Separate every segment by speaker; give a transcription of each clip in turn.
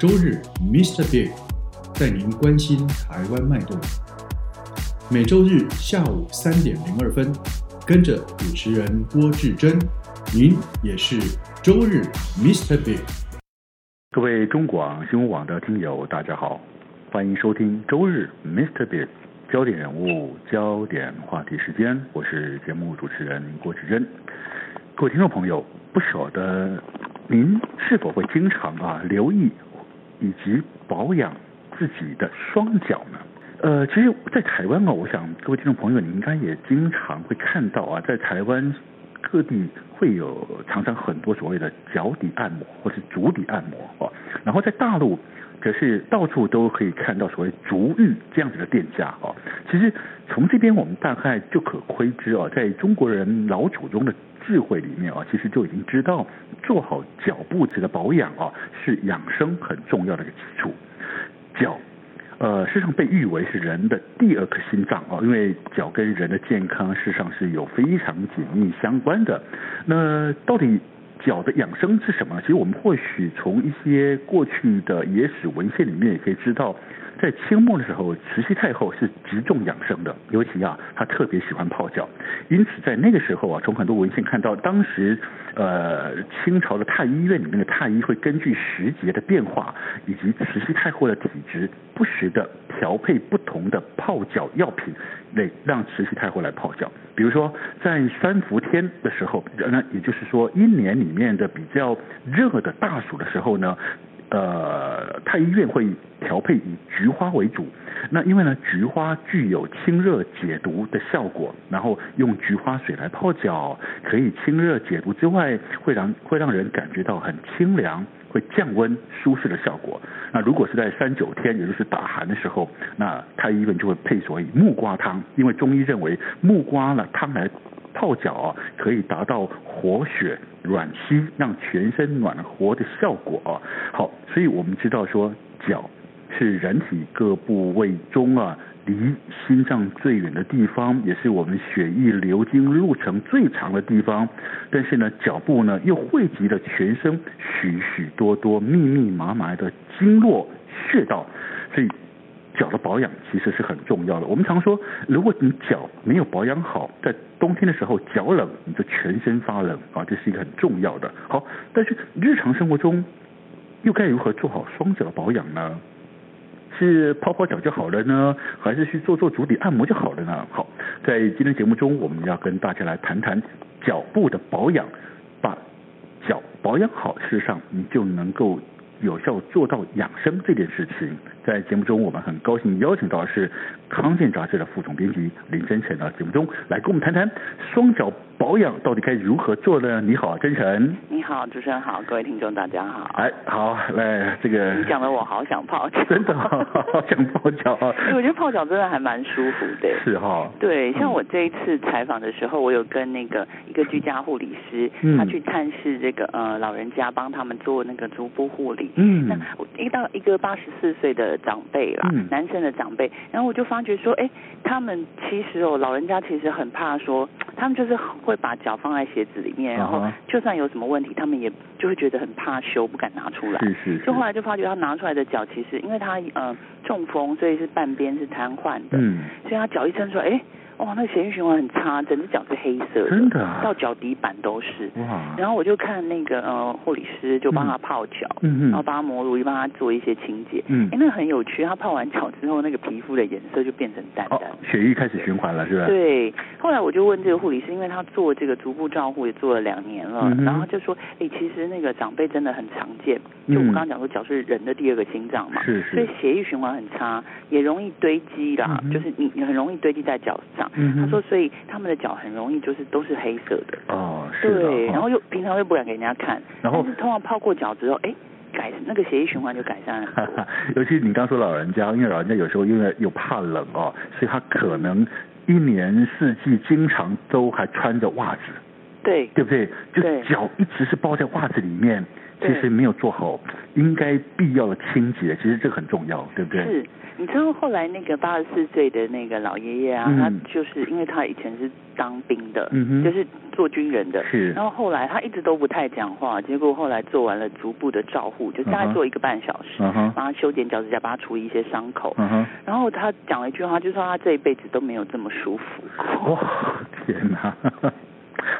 Speaker 1: 周日，Mr. Big 带您关心台湾脉动。每周日下午三点零二分，跟着主持人郭志珍，您也是周日 Mr. Big。
Speaker 2: 各位中广新闻网的听友，大家好，欢迎收听周日 Mr. Big 焦点人物、焦点话题时间，我是节目主持人郭志珍。各位听众朋友，不晓得您是否会经常啊留意？以及保养自己的双脚呢？呃，其实，在台湾啊，我想各位听众朋友，你应该也经常会看到啊，在台湾各地会有常常很多所谓的脚底按摩或是足底按摩哦，然后在大陆可是到处都可以看到所谓足浴这样子的店家哦。其实从这边我们大概就可窥知哦，在中国人老祖宗的。智慧里面啊，其实就已经知道做好脚部这个保养啊，是养生很重要的一个基础。脚，呃，事实上被誉为是人的第二颗心脏啊，因为脚跟人的健康事实上是有非常紧密相关的。那到底？脚的养生是什么？其实我们或许从一些过去的野史文献里面也可以知道，在清末的时候，慈禧太后是极重养生的，尤其啊，她特别喜欢泡脚。因此，在那个时候啊，从很多文献看到，当时呃清朝的太医院里面的太医会根据时节的变化以及慈禧太后的体质，不时的调配不同的泡脚药品，来让慈禧太后来泡脚。比如说，在三伏天的时候，那也就是说一年里面的比较热的大暑的时候呢，呃，太医院会调配以菊花为主。那因为呢，菊花具有清热解毒的效果，然后用菊花水来泡脚，可以清热解毒之外，会让会让人感觉到很清凉。会降温舒适的效果。那如果是在三九天，也就是大寒的时候，那太医院就会配所谓木瓜汤，因为中医认为木瓜呢汤来泡脚啊，可以达到活血暖湿，让全身暖和的效果啊。好，所以我们知道说脚是人体各部位中啊。离心脏最远的地方，也是我们血液流经路程最长的地方。但是呢，脚部呢又汇集了全身许许多多密密麻麻的经络穴道，所以脚的保养其实是很重要的。我们常说，如果你脚没有保养好，在冬天的时候脚冷，你就全身发冷啊，这是一个很重要的。好，但是日常生活中又该如何做好双脚的保养呢？是泡泡脚就好了呢，还是去做做足底按摩就好了呢？好，在今天节目中，我们要跟大家来谈谈脚部的保养。把脚保养好，事实上你就能够有效做到养生这件事情。在节目中，我们很高兴邀请到的是《康健》杂志的副总编辑林真诚到节目中来跟我们谈谈双脚保养到底该如何做呢？你好，真诚。
Speaker 3: 你好，主持人好，各位听众大家好。
Speaker 2: 哎，好，来这个。
Speaker 3: 你讲的我好想泡脚。
Speaker 2: 哎真 的、哦，好想泡脚啊！
Speaker 3: 我觉得泡脚真的还蛮舒服的。
Speaker 2: 是哈、哦。
Speaker 3: 对，像我这一次采访的时候，我有跟那个一个居家护理师，
Speaker 2: 嗯
Speaker 3: 他去探视这个呃老人家，帮他们做那个足部护理。
Speaker 2: 嗯
Speaker 3: 那我遇到一个八十四岁的长辈啦，
Speaker 2: 嗯
Speaker 3: 男生的长辈，然后我就发觉说，哎，他们其实哦，老人家其实很怕说，他们就是会把脚放在鞋子里面，然后
Speaker 2: 啊哈
Speaker 3: 就算有什么问题，他们也就会觉得很怕羞，不敢拿出来。
Speaker 2: 是是是。
Speaker 3: 就后来就发觉他拿出来的脚，其实因为他呃中风，所以是半边是瘫痪的，
Speaker 2: 嗯，
Speaker 3: 所以他脚一伸出来，哎，哇，那个血液循环很差，整只脚是黑色的，
Speaker 2: 真的啊
Speaker 3: 到脚底板都是。
Speaker 2: 哇，
Speaker 3: 然后我就看那个呃护理师就帮他泡脚，
Speaker 2: 嗯
Speaker 3: 然后
Speaker 2: 嗯
Speaker 3: 帮他抹乳液，帮他做一些清洁。
Speaker 2: 嗯
Speaker 3: 哎，，那很有趣，他泡完脚之后，那个皮肤的颜色就变成淡淡
Speaker 2: 哦
Speaker 3: 的。，
Speaker 2: 血液开始循环了，是吧？
Speaker 3: 对，后来我就问这个护理师，因为他做这个足部照护也做了两年了，
Speaker 2: 嗯哼
Speaker 3: 然后他就说，哎，其实那个长辈真的很常见，
Speaker 2: 嗯
Speaker 3: 就我刚刚讲说脚是人的第二个心脏嘛，
Speaker 2: 是
Speaker 3: 所以
Speaker 2: 是。
Speaker 3: 血液循环很差，也容易堆积啦，
Speaker 2: 嗯哼
Speaker 3: 就是你你很容易堆积在脚上。
Speaker 2: 嗯哼
Speaker 3: 他说，所以他们的脚很容易就是都是黑色的，
Speaker 2: 哦，是的。
Speaker 3: 对，
Speaker 2: 哦
Speaker 3: 然后又平常又不敢给人家看，
Speaker 2: 然后
Speaker 3: 但是通常泡过脚之后，哎，改那个血液循环就改善了 很多。
Speaker 2: 尤其你刚说老人家，因为老人家有时候因为又怕冷哦，所以他可能一年四季经常都还穿着袜子，
Speaker 3: 对，
Speaker 2: 对不对？就
Speaker 3: 对
Speaker 2: 脚一直是包在袜子里面，其
Speaker 3: 对
Speaker 2: 实没有做好应该必要的清洁，其实这个很重要，对不对？
Speaker 3: 是，你知道后来那个八十四岁的那个老爷爷啊，
Speaker 2: 嗯
Speaker 3: 他就是因为他以前是当兵的，
Speaker 2: 嗯哼
Speaker 3: 就是做军人的，
Speaker 2: 是
Speaker 3: 然后后来他一直都不太讲话，结果后来做完了足部的照护，就大
Speaker 2: 嗯哼
Speaker 3: 概做一个半小时，
Speaker 2: 嗯哼，
Speaker 3: 帮他修剪脚趾甲，帮他处理一些伤口。
Speaker 2: 嗯哼，
Speaker 3: 然后他讲了一句话，就说他这一辈子都没有这么舒服
Speaker 2: 哦
Speaker 3: 过。
Speaker 2: 哇，天哪！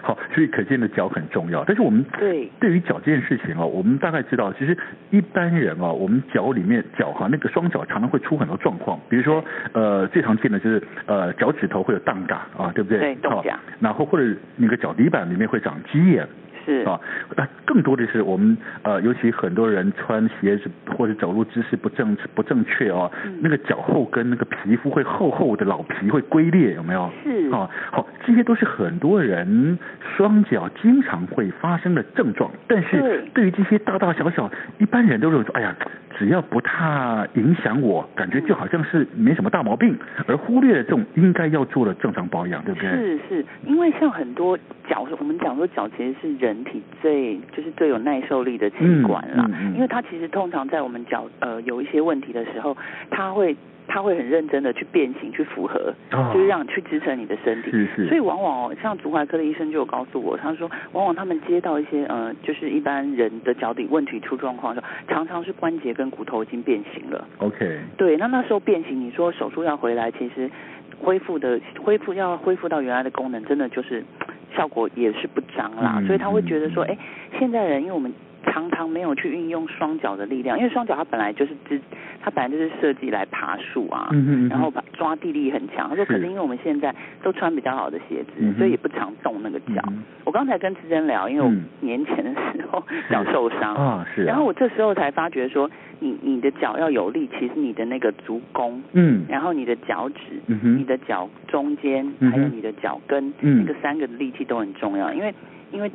Speaker 2: 好，所以可见的脚很重要，但是我们
Speaker 3: 对，
Speaker 2: 对于脚这件事情哦，我们大概知道，其实一般人哦，我们脚里面脚哈那个双脚常常会出很多状况，比如说呃最常见的就是呃脚趾头会有荡嘎啊，对不对？
Speaker 3: 对冻
Speaker 2: 好
Speaker 3: 甲
Speaker 2: 然后或者那个脚底板里面会长鸡眼
Speaker 3: 是，
Speaker 2: 啊，那更多的是我们呃尤其很多人穿鞋子或者走路姿势不正不正确哦，
Speaker 3: 嗯
Speaker 2: 那个脚后跟那个皮肤会厚厚的老皮会龟裂，有没有？
Speaker 3: 是
Speaker 2: 啊，好，这些都是很多人双脚经常会发生的症状，但是
Speaker 3: 对
Speaker 2: 对于这些大大小小，一般人都认为说，哎呀，只要不太影响我，感觉
Speaker 3: 嗯
Speaker 2: 就好像是没什么大毛病，而忽略了这种应该要做的正常保养，对不对？
Speaker 3: 是是，因为像很多脚，我们讲说脚其实是人体最就是最有耐受力的器官啦，
Speaker 2: 嗯嗯嗯
Speaker 3: 因为它其实通常在我们脚呃有一些问题的时候，它会它会很认真的去变形去符合，
Speaker 2: 啊
Speaker 3: 就是让去支撑你的身体。
Speaker 2: 是是，
Speaker 3: 所以往往哦，像足踝科的医生就有告诉我，他说，往往他们接到一些呃，就是一般人的脚底问题出状况的时候，常常是关节跟骨头已经变形了。
Speaker 2: OK，
Speaker 3: 对，那那时候变形，你说手术要回来，其实恢复的恢复要恢复到原来的功能，真的就是效果也是不彰啦。
Speaker 2: 嗯
Speaker 3: 所以他会觉得说，
Speaker 2: 嗯
Speaker 3: 哎，现在人因为我们常常没有去运用双脚的力量，因为双脚它本来就是支，它本来就是设计来爬树啊。
Speaker 2: 嗯哼嗯哼
Speaker 3: 然后把抓地力很强，他说
Speaker 2: 是
Speaker 3: 可是因为我们现在都穿比较好的鞋子，
Speaker 2: 嗯哼
Speaker 3: 所以也不常动那个脚。
Speaker 2: 嗯
Speaker 3: 我刚才跟志珍聊，因为我
Speaker 2: 嗯
Speaker 3: 年前的时候 脚受伤，
Speaker 2: 啊是啊，
Speaker 3: 然后我这时候才发觉说，你你的脚要有力，其实你的那个足弓，
Speaker 2: 嗯
Speaker 3: 然后你的脚趾、
Speaker 2: 嗯哼
Speaker 3: 你的脚中间，
Speaker 2: 嗯哼
Speaker 3: 还有你的脚跟，
Speaker 2: 嗯
Speaker 3: 这个三个力气都很重要，因为因为。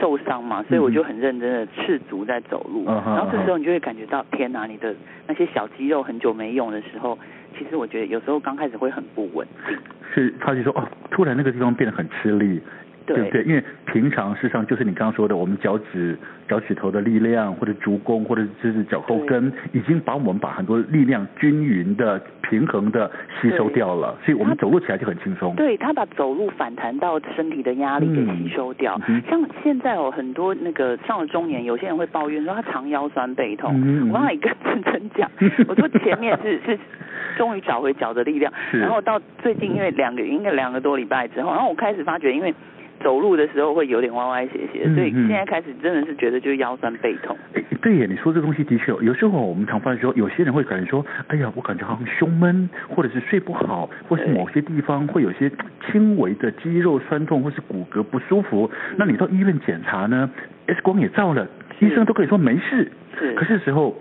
Speaker 3: 受伤嘛，所以我就很认真的赤足在走路，
Speaker 2: 嗯哼
Speaker 3: 然后这
Speaker 2: 嗯哼
Speaker 3: 时候你就会感觉到，天哪，你的那些小肌肉很久没用的时候，其实我觉得有时候刚开始会很不稳定，
Speaker 2: 是发觉说哦，突然那个地方变得很吃力，
Speaker 3: 对
Speaker 2: 不对？因为平常事实上就是你刚刚说的，我们脚趾、脚趾头的力量，或者足弓，或者就是脚后跟，已经把我们把很多力量均匀的、平衡的吸收掉了，所以我们走路起来就很轻松。
Speaker 3: 对他把走路反弹到身体的压力给吸收掉。
Speaker 2: 嗯嗯
Speaker 3: 像现在哦，很多那个上了中年，有些人会抱怨说他常腰酸背痛。
Speaker 2: 嗯嗯嗯
Speaker 3: 我刚才也跟晨晨讲， 我说前面是 是终于找回脚的力量，
Speaker 2: 是
Speaker 3: 然后到最近因为两个应该两个多礼拜之后，然后我开始发觉因为。走路的时候会有点歪歪斜斜，
Speaker 2: 嗯嗯
Speaker 3: 所以现在开始真的是觉得就是腰酸背痛。
Speaker 2: 哎，对耶，你说这东西的确，有时候我们常发现说，有些人会感觉说，哎呀，我感觉好像胸闷，或者是睡不好，或是
Speaker 3: 对
Speaker 2: 某些地方会有些轻微的肌肉酸痛，或是骨骼不舒服。那你到医院检查呢，X 光也照了，
Speaker 3: 嗯是
Speaker 2: 医生都可以说没事。
Speaker 3: 是
Speaker 2: 可是时候，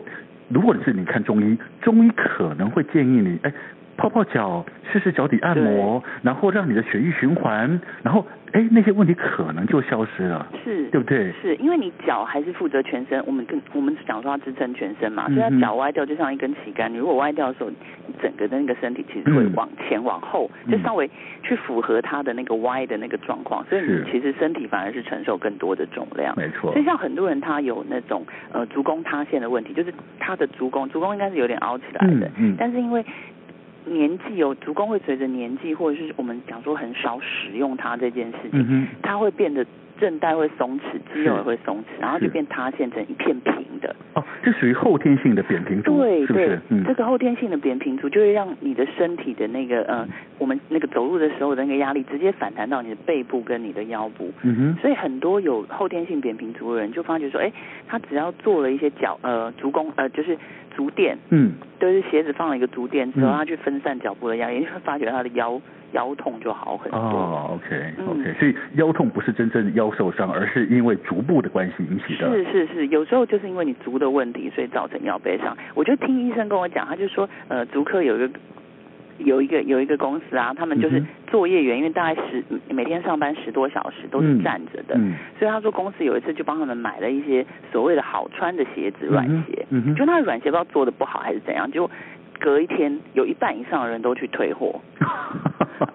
Speaker 2: 如果你是你看中医，中医可能会建议你，哎。泡泡脚，试试脚底按摩，然后让你的血液循环，然后哎那些问题可能就消失了，
Speaker 3: 是，
Speaker 2: 对不对？
Speaker 3: 是因为你脚还是负责全身，我们跟我们讲说要支撑全身嘛，所以它
Speaker 2: 嗯哼
Speaker 3: 脚歪掉就像一根旗杆，你如果歪掉的时候，你整个的那个身体其实会
Speaker 2: 嗯
Speaker 3: 往前往后，
Speaker 2: 嗯
Speaker 3: 就稍微去符合它的那个歪的那个状况，所以
Speaker 2: 是
Speaker 3: 你其实身体反而是承受更多的重量。
Speaker 2: 没错
Speaker 3: 所。以像很多人他有那种呃足弓塌陷的问题，就是他的足弓，足弓应该是有点凹起来的，
Speaker 2: 嗯嗯
Speaker 3: 但是因为年纪哦，足弓会随着年纪或者是我们讲说很少使用它这件事情，
Speaker 2: 嗯哼。
Speaker 3: 它会变得韧带会松弛，肌肉也会松弛，然后就是变塌陷成一片平的。
Speaker 2: 哦，这属于后天性的扁平足，
Speaker 3: 对
Speaker 2: 是不
Speaker 3: 对
Speaker 2: 是？，嗯
Speaker 3: 这，个后天性的扁平足就会让你的身体的那个
Speaker 2: 嗯
Speaker 3: 呃，我们那个走路的时候的那个压力直接反弹到你的背部跟你的腰部。
Speaker 2: 嗯哼，
Speaker 3: 所以很多有后天性扁平足的人就发觉说，哎，他只要做了一些脚呃足弓呃就是足垫，
Speaker 2: 嗯，
Speaker 3: 就是鞋子放了一个足垫之后，
Speaker 2: 嗯
Speaker 3: 他去分散脚部的压力，你会发觉他的腰腰痛就好很多。
Speaker 2: 哦，OK
Speaker 3: 嗯
Speaker 2: OK，所以腰痛不是真正腰受伤，而是因为足部的关系引起的。
Speaker 3: 是是是，有时候就是因为你足的问题，所以造成腰背伤。我就听医生跟我讲，他就说，呃，足科有一个有一个有一个公司啊，他们就是
Speaker 2: 嗯
Speaker 3: 作业员，因为大概十每天上班十多小时都是
Speaker 2: 嗯
Speaker 3: 站着的，
Speaker 2: 嗯，
Speaker 3: 所以他说公司有一次就帮他们买了一些所谓的好穿的鞋子，软鞋，
Speaker 2: 嗯哼，
Speaker 3: 就那软鞋不知道做的不好还是怎样，就隔一天有一半以上的人都去退货。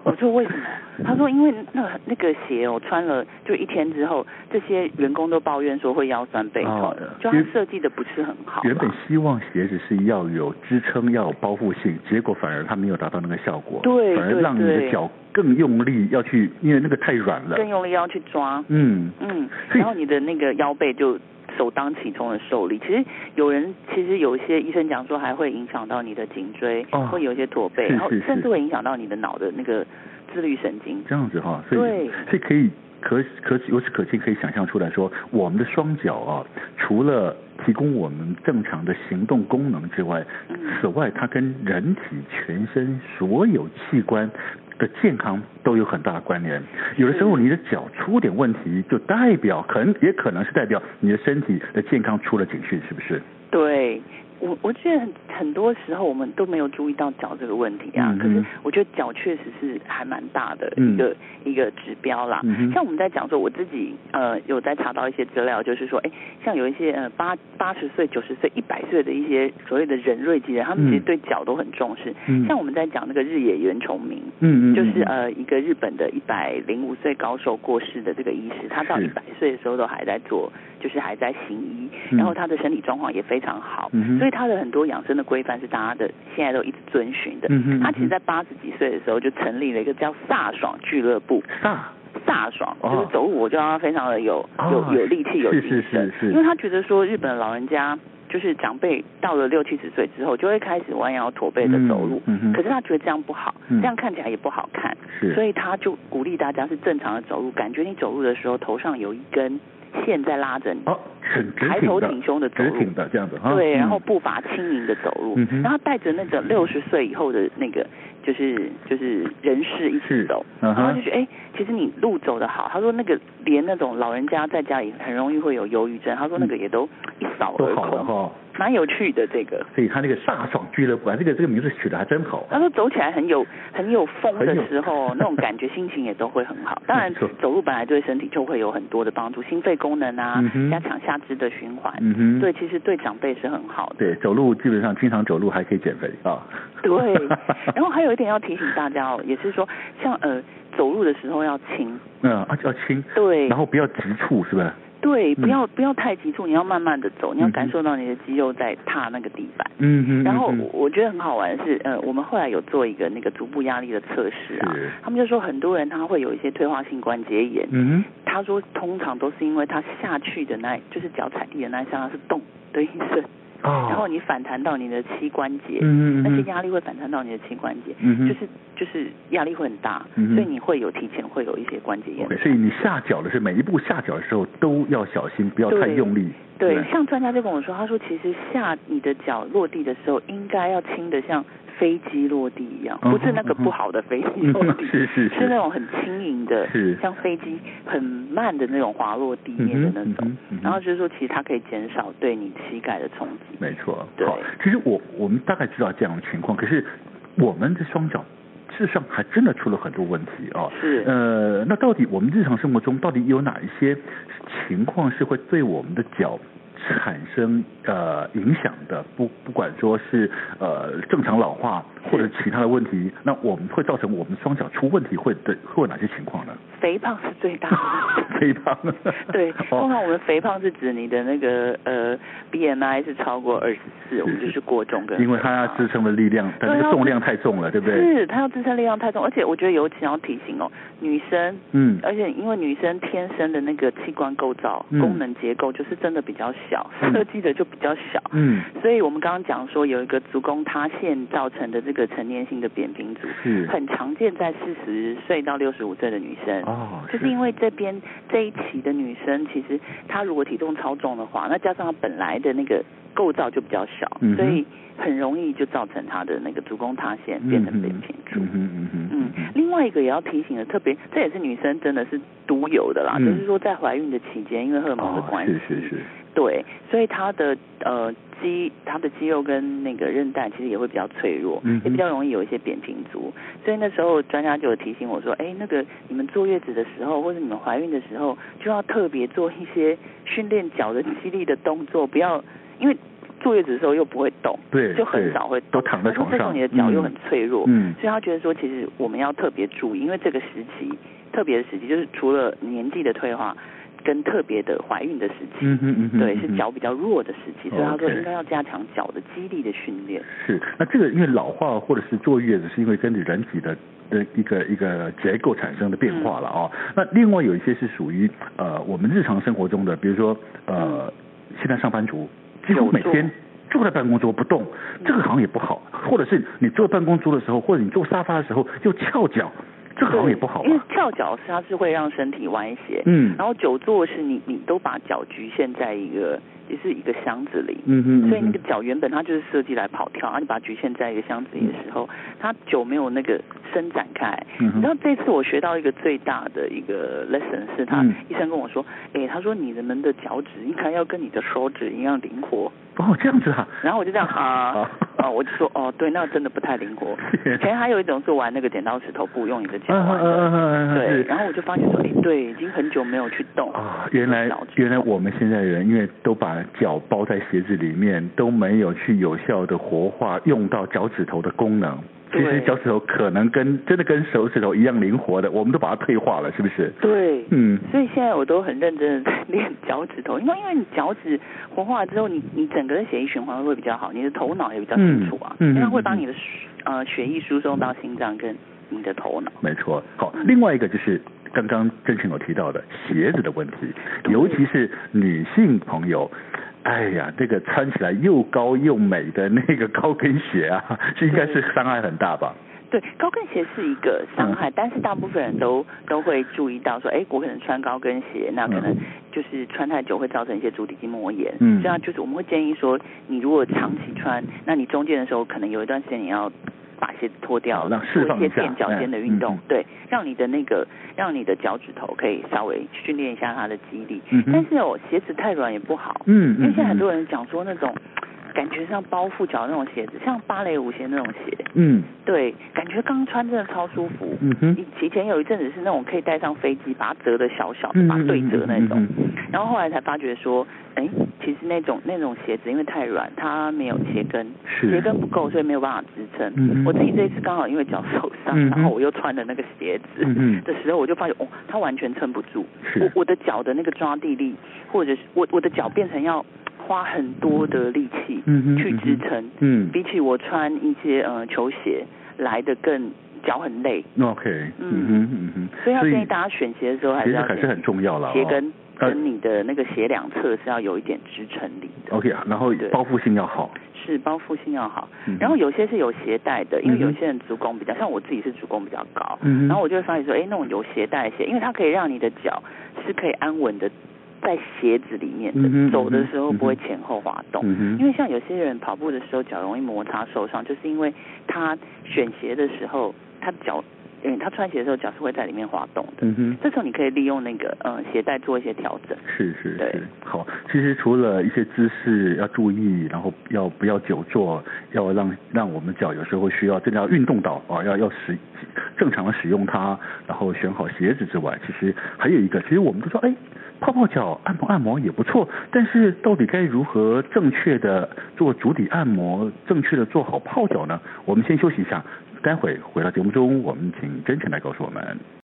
Speaker 3: 我说为什 么？他说因为那那个鞋哦，穿了就一天之后，这些员工都抱怨说会腰酸背痛
Speaker 2: 哦，
Speaker 3: 就他设计的不是很好啦。
Speaker 2: 原本希望鞋子是要有支撑，要有包覆性，结果反而它没有达到那个效果，
Speaker 3: 对
Speaker 2: 反而
Speaker 3: 对
Speaker 2: 让你的
Speaker 3: 对
Speaker 2: 脚更用力要去，因为那个太软了，
Speaker 3: 更用力要去抓，
Speaker 2: 嗯，
Speaker 3: 嗯，
Speaker 2: 所以
Speaker 3: 然后你的那个腰背就首当其冲的受力。其实有人其实有一些医生讲说还会影响到你的颈椎，
Speaker 2: 哦
Speaker 3: 会有一些驼背，
Speaker 2: 是
Speaker 3: 然后
Speaker 2: 是是
Speaker 3: 甚至会影响到你的脑的那个自律神经。
Speaker 2: 这样子哈，所以
Speaker 3: 对
Speaker 2: 所以可以可可由此可见，可以想象出来说，我们的双脚啊，除了提供我们正常的行动功能之外，
Speaker 3: 嗯
Speaker 2: 此外它跟人体全身所有器官。的健康都有很大的关联，有的时候你的脚出点问题，就代表可能也可能是代表你的身体的健康出了警讯，是不是？
Speaker 3: 对。我我觉得很很多时候我们都没有注意到脚这个问题啊，
Speaker 2: 嗯哼
Speaker 3: 可是我觉得脚确实是还蛮大的
Speaker 2: 嗯
Speaker 3: 一个、一个指标啦。
Speaker 2: 嗯哼
Speaker 3: 啊像我们在讲说，我自己呃有在查到一些资料，就是说，哎，像有一些呃八八十岁、九十岁、一百岁的一些所谓的人瑞级人，他们
Speaker 2: 嗯
Speaker 3: 其实对脚都很重视。
Speaker 2: 嗯
Speaker 3: 像我们在讲那个日野原重明，
Speaker 2: 嗯嗯，嗯
Speaker 3: 就是，呃一个日本的一百零五岁高寿过世的这个医师，他到
Speaker 2: 是
Speaker 3: 一百岁的时候都还在做，就是还在行医，
Speaker 2: 嗯
Speaker 3: 然后他的身体状况也非常好，
Speaker 2: 嗯哼
Speaker 3: 所以他的很多养生的规范是大家的现在都一直遵循的。
Speaker 2: 嗯哼嗯哼
Speaker 3: 他其实，在八十几岁的时候就成立了一个叫飒爽俱乐部，
Speaker 2: 飒
Speaker 3: 飒爽
Speaker 2: 哦
Speaker 3: 就是走路我就让他非常的有、
Speaker 2: 哦
Speaker 3: 有有力气有
Speaker 2: 是
Speaker 3: 精
Speaker 2: 是
Speaker 3: 神，
Speaker 2: 是是
Speaker 3: 因为他觉得说日本的老人家就是长辈到了六七十岁之后就会开始弯腰驼背的走路，
Speaker 2: 嗯嗯哼
Speaker 3: 可是他觉得这样不好，
Speaker 2: 嗯
Speaker 3: 这样看起来也不好看，
Speaker 2: 是，
Speaker 3: 所以他就鼓励大家是正常的走路，感觉你走路的时候头上有一根线在拉着你，
Speaker 2: 哦，很直
Speaker 3: 抬
Speaker 2: 挺
Speaker 3: 头
Speaker 2: 的，
Speaker 3: 挺胸的走
Speaker 2: 直
Speaker 3: 路
Speaker 2: 挺。的这样子哈，
Speaker 3: 对，
Speaker 2: 嗯
Speaker 3: 然后步伐轻盈的走路，
Speaker 2: 嗯哼
Speaker 3: 然后带着那个六十岁以后的那个，就是就是人士一起
Speaker 2: 是
Speaker 3: 走，
Speaker 2: 嗯
Speaker 3: 然后
Speaker 2: 哼
Speaker 3: 就觉得哎、其实你路走得好。他说那个连那种老人家在家里很容易会有忧郁症，他说那个也都一扫而
Speaker 2: 嗯都好了
Speaker 3: 空，
Speaker 2: 哈。
Speaker 3: 蛮有趣的这个。
Speaker 2: 所以他那个飒爽俱乐部啊，这个这个名字取得还真好
Speaker 3: 他
Speaker 2: 啊。
Speaker 3: 说走起来很有很有风
Speaker 2: 很
Speaker 3: 的
Speaker 2: 有
Speaker 3: 时候，那种感觉心情也都会很 好。当然
Speaker 2: 没错，
Speaker 3: 走路本来对身体就会有很多的帮助，心肺功能啊
Speaker 2: 嗯，哼
Speaker 3: 加强下肢的循环。
Speaker 2: 嗯哼，
Speaker 3: 对，其实对长辈是很好的。
Speaker 2: 对，走路基本上经常走路还可以减肥啊。
Speaker 3: 对， 然后还有一点要提醒大家哦，也是说，像呃走路的时候要轻，
Speaker 2: 嗯，啊要轻，
Speaker 3: 对
Speaker 2: 然后不要急促，是吧？
Speaker 3: 对，
Speaker 2: 嗯
Speaker 3: 不要不要太急促，你要慢慢的走，你要
Speaker 2: 嗯
Speaker 3: 感
Speaker 2: 哼
Speaker 3: 受到你的肌肉在踏那个地板。
Speaker 2: 嗯哼。
Speaker 3: 然后
Speaker 2: 嗯
Speaker 3: 我我觉得很好玩的是，呃，我们后来有做一个那个足部压力的测试啊
Speaker 2: 是，
Speaker 3: 他们就说很多人他会有一些退化性关节炎，
Speaker 2: 嗯
Speaker 3: 他说通常都是因为他下去的那，就是脚踩地的那一刹那是咚的一声，
Speaker 2: 哼，哦，
Speaker 3: 然后你反弹到你的膝关节，
Speaker 2: 嗯嗯
Speaker 3: 那些
Speaker 2: 嗯
Speaker 3: 压力会反弹到你的膝关节，
Speaker 2: 嗯哼
Speaker 3: 就是就是压力会很大，
Speaker 2: 嗯哼
Speaker 3: 所以你会有提前会有一些关节炎。
Speaker 2: ，OK，所以你下脚的是每一步下脚的时候都要小心，不要太
Speaker 3: 对
Speaker 2: 用力。
Speaker 3: 对
Speaker 2: 不，
Speaker 3: 像专家就跟我说，他说其实下你的脚落地的时候，应该要轻的像飞机落地一样，
Speaker 2: 嗯哼
Speaker 3: 不是那个不好的飞机落地，
Speaker 2: 嗯是 是是
Speaker 3: 是那种很轻盈的
Speaker 2: 是，
Speaker 3: 像飞机很慢的那种滑落地面的那
Speaker 2: 嗯哼嗯
Speaker 3: 种
Speaker 2: 哼嗯哼。
Speaker 3: 然后就是说，其实它可以减少对你膝盖的冲击。
Speaker 2: 没错，
Speaker 3: 对
Speaker 2: 好，其实我我们大概知道这样的情况，可是我们的双脚事实上还真的出了很多问题啊、
Speaker 3: 是
Speaker 2: 呃，那到底我们日常生活中到底有哪一些情况是会对我们的脚？产生呃影响的，不不管说是呃正常老化或者其他的问题，那我们会造成我们双脚出问题会的会有哪些情况呢？
Speaker 3: 肥胖是最大的问题。
Speaker 2: 肥胖。
Speaker 3: 对，通
Speaker 2: 哦，
Speaker 3: 常我们肥胖是指你的那个呃 BMI 是超过二十四，我们就是过重跟
Speaker 2: 因为它
Speaker 3: 肥胖
Speaker 2: 支撑的力量，它那
Speaker 3: 对
Speaker 2: 个
Speaker 3: 它
Speaker 2: 重量太重了，对不对？
Speaker 3: 是它要支撑力量太重，而且我觉得尤其要提醒哦，女生，
Speaker 2: 嗯，
Speaker 3: 而且因为女生天生的那个器官构造、
Speaker 2: 嗯
Speaker 3: 功能结构就是真的比较小，
Speaker 2: 嗯
Speaker 3: 设计的就比较小。
Speaker 2: 嗯，
Speaker 3: 所以我们刚刚讲说有一个足弓塌陷造成的这个成年性的扁平足，
Speaker 2: 是
Speaker 3: 很常见在四十岁到六十五岁的女生。
Speaker 2: 哦，
Speaker 3: 就是因为这边这一期的女生，其实她如果体重超重的话，那加上她本来的那个构造就比较小，
Speaker 2: 嗯哼
Speaker 3: 所以很容易就造成她的那个足弓塌陷，变成扁平足。
Speaker 2: 嗯哼嗯
Speaker 3: 嗯
Speaker 2: 哼嗯，哼，
Speaker 3: 另外一个也要提醒的，特别这也是女生真的是独有的啦，
Speaker 2: 嗯
Speaker 3: 就是说在怀孕的期间，因为荷尔蒙的
Speaker 2: 哦，
Speaker 3: 关系，
Speaker 2: 是是是，
Speaker 3: 对，所以她的呃肌它的肌肉跟那个韧带其实也会比较脆弱，
Speaker 2: 嗯哼
Speaker 3: 也比较容易有一些扁平足。所以那时候专家就有提醒我说，哎，那个你们坐月子的时候，或者你们怀孕的时候，就要特别做一些训练脚的肌力的动作，不要因为坐月子的时候又不会动，
Speaker 2: 对，
Speaker 3: 就很
Speaker 2: 对
Speaker 3: 少会
Speaker 2: 都躺在
Speaker 3: 可是
Speaker 2: 床
Speaker 3: 这时候
Speaker 2: 上，
Speaker 3: 你的脚又
Speaker 2: 嗯
Speaker 3: 很脆弱，
Speaker 2: 嗯
Speaker 3: 所以他觉得说，其实我们要特别注意，因为这个时期特别的时期，就是除了年纪的退化，跟特别的怀孕的时期，
Speaker 2: 嗯哼嗯哼，
Speaker 3: 对，
Speaker 2: 嗯哼
Speaker 3: 是脚比较弱的时期，所以他说
Speaker 2: OK
Speaker 3: 应该要加强脚的肌力的训练。
Speaker 2: 是，那这个因为老化或者是坐月子，是因为跟着人体的的一个一个结构产生的变化
Speaker 3: 嗯
Speaker 2: 了啊、那另外有一些是属于呃我们日常生活中的，比如说呃现在上班族几乎
Speaker 3: 久
Speaker 2: 每
Speaker 3: 坐
Speaker 2: 天坐在办公桌不动，
Speaker 3: 嗯
Speaker 2: 这个好像也不好，或者是你坐办公桌的时候，或者你坐沙发的时候又翘脚，这个好像也不好
Speaker 3: 因为
Speaker 2: 吧？
Speaker 3: 跳脚是它是会让身体歪斜，
Speaker 2: 嗯
Speaker 3: 然后久坐是你你都把脚局限在一个也是一个箱子里，
Speaker 2: 嗯哼，嗯
Speaker 3: 所以那
Speaker 2: 哼
Speaker 3: 个脚原本它就是设计来跑跳，然后你把它局限在一个箱子里的时候，它久没有那个伸展开。
Speaker 2: 嗯哼
Speaker 3: 你知道这次我学到一个最大的一个 lesson 是他、
Speaker 2: 嗯
Speaker 3: 医生跟我说，哎，他说你人们的脚趾应该要跟你的手指一样灵活。
Speaker 2: 哦这样子啊，
Speaker 3: 然后我就这样啊
Speaker 2: 啊
Speaker 3: 啊，我就说哦，对，那真的不太灵活。 以前还有一种是玩那个剪刀石头布，用你的脚
Speaker 2: 啊啊
Speaker 3: 玩的。
Speaker 2: 啊啊啊！
Speaker 3: 对，
Speaker 2: 是
Speaker 3: 然后我就发现说，哎，对，已经很久没有去动
Speaker 2: 啊，原来
Speaker 3: 脚趾
Speaker 2: 原来我们现在人因为都把脚包在鞋子里面，都没有去有效的活化用到脚趾头的功能。其实
Speaker 3: 对
Speaker 2: 脚趾头可能跟真的跟手指头一样灵活的，我们都把它退化了，是不是？
Speaker 3: 对，
Speaker 2: 嗯，
Speaker 3: 所以现在我都很认真的在练脚趾头，因为因为你脚趾活化之后，你你整个的血液循环会比较好，你的头脑也比较清楚啊，
Speaker 2: 嗯嗯
Speaker 3: 因为它会把你的血呃血液输送到心脏跟你的头脑。
Speaker 2: 没错。好，另外一个就是刚刚郑群有提到的鞋子的问题，尤其是女性朋友。哎呀，这个穿起来又高又美的那个高跟鞋啊， 是应该是伤害很大吧？
Speaker 3: 对，高跟鞋是一个
Speaker 2: 嗯
Speaker 3: 伤害，但是大部分人都都会注意到说，哎，我可能穿高跟鞋，那可能
Speaker 2: 嗯
Speaker 3: 就是穿太久会造成一些足底筋膜炎。
Speaker 2: 嗯
Speaker 3: 这样就是我们会建议说，你如果长期穿，那你中间的时候可能有一段时间你要把鞋子脱掉，
Speaker 2: 好哦让释
Speaker 3: 做
Speaker 2: 放
Speaker 3: 一
Speaker 2: 一下
Speaker 3: 些垫脚尖的
Speaker 2: 哎
Speaker 3: 运动，
Speaker 2: 嗯
Speaker 3: 对，让你的那个让你的脚趾头可以稍微训练一下它的肌力。
Speaker 2: 嗯哼
Speaker 3: 但是哦，鞋子太软也不好，
Speaker 2: 嗯嗯
Speaker 3: 因为现在很
Speaker 2: 嗯
Speaker 3: 多人讲说那种感觉像包覆脚那种鞋子，像芭蕾舞鞋那种鞋。
Speaker 2: 嗯
Speaker 3: 对，感觉刚穿真的超舒服。
Speaker 2: 嗯哼，
Speaker 3: 以以前有一阵子是那种可以带上飞机，把它折的小小的，
Speaker 2: 嗯
Speaker 3: 把它对折那种
Speaker 2: 嗯嗯嗯嗯。
Speaker 3: 然后后来才发觉说，哎，其实那种那种鞋子因为太软，它没有鞋跟，
Speaker 2: 是
Speaker 3: 鞋跟不够，所以没有办法支撑。
Speaker 2: 嗯哼
Speaker 3: 我自己这一次刚好因为脚受伤，
Speaker 2: 嗯哼
Speaker 3: 然后我又穿了那个鞋子
Speaker 2: 嗯哼
Speaker 3: 的时候，我就发现哦，它完全撑不住。
Speaker 2: 是
Speaker 3: 我我的脚的那个抓地力，或者是我我的脚变成要花很多的力气
Speaker 2: 嗯哼
Speaker 3: 去
Speaker 2: 嗯哼
Speaker 3: 支撑。
Speaker 2: 嗯
Speaker 3: 比起我穿一些呃球鞋来的更脚很累，
Speaker 2: OK，
Speaker 3: 嗯
Speaker 2: 嗯哼嗯哼，
Speaker 3: 所以要建议大家选鞋的时候还
Speaker 2: 其
Speaker 3: 是
Speaker 2: 实
Speaker 3: 要
Speaker 2: 还是很重要了、哦。
Speaker 3: 鞋跟
Speaker 2: 呃
Speaker 3: 跟你的那个鞋两侧是要有一点支撑力的，
Speaker 2: OK，然后
Speaker 3: 对
Speaker 2: 包覆性要好。
Speaker 3: 是包覆性要好
Speaker 2: 嗯哼。
Speaker 3: 然后有些是有鞋带的，因为
Speaker 2: 嗯哼
Speaker 3: 有些人足弓比较，像我自己是足弓比较高，
Speaker 2: 嗯哼
Speaker 3: 然后我就会发现说，哎，那种有鞋带的鞋，因为它可以让你的脚是可以安稳的在鞋子里面
Speaker 2: 嗯哼
Speaker 3: 的，走的时
Speaker 2: 嗯
Speaker 3: 候
Speaker 2: 哼
Speaker 3: 不会前后滑动。
Speaker 2: 嗯哼，
Speaker 3: 因为像有些人跑步的时候脚容易摩擦受伤，就是因为他选鞋的时候，他脚，嗯，他穿鞋的时候脚是会在里面滑动的。
Speaker 2: 嗯哼。
Speaker 3: 这时候你可以利用那个呃鞋带做一些调整。
Speaker 2: 是是
Speaker 3: 对
Speaker 2: 是，好。其实除了一些姿势要注意，然后要不要久坐，要让让我们脚有时候需要真的要运动到啊，要要使正常的使用它，然后选好鞋子之外，其实还有一个，其实我们都说哎，泡泡脚按摩按摩也不错，但是到底该如何正确的做足底按摩，正确的做好泡脚呢？我们先休息一下，待会回到节目中，我们请真诚来告诉我们。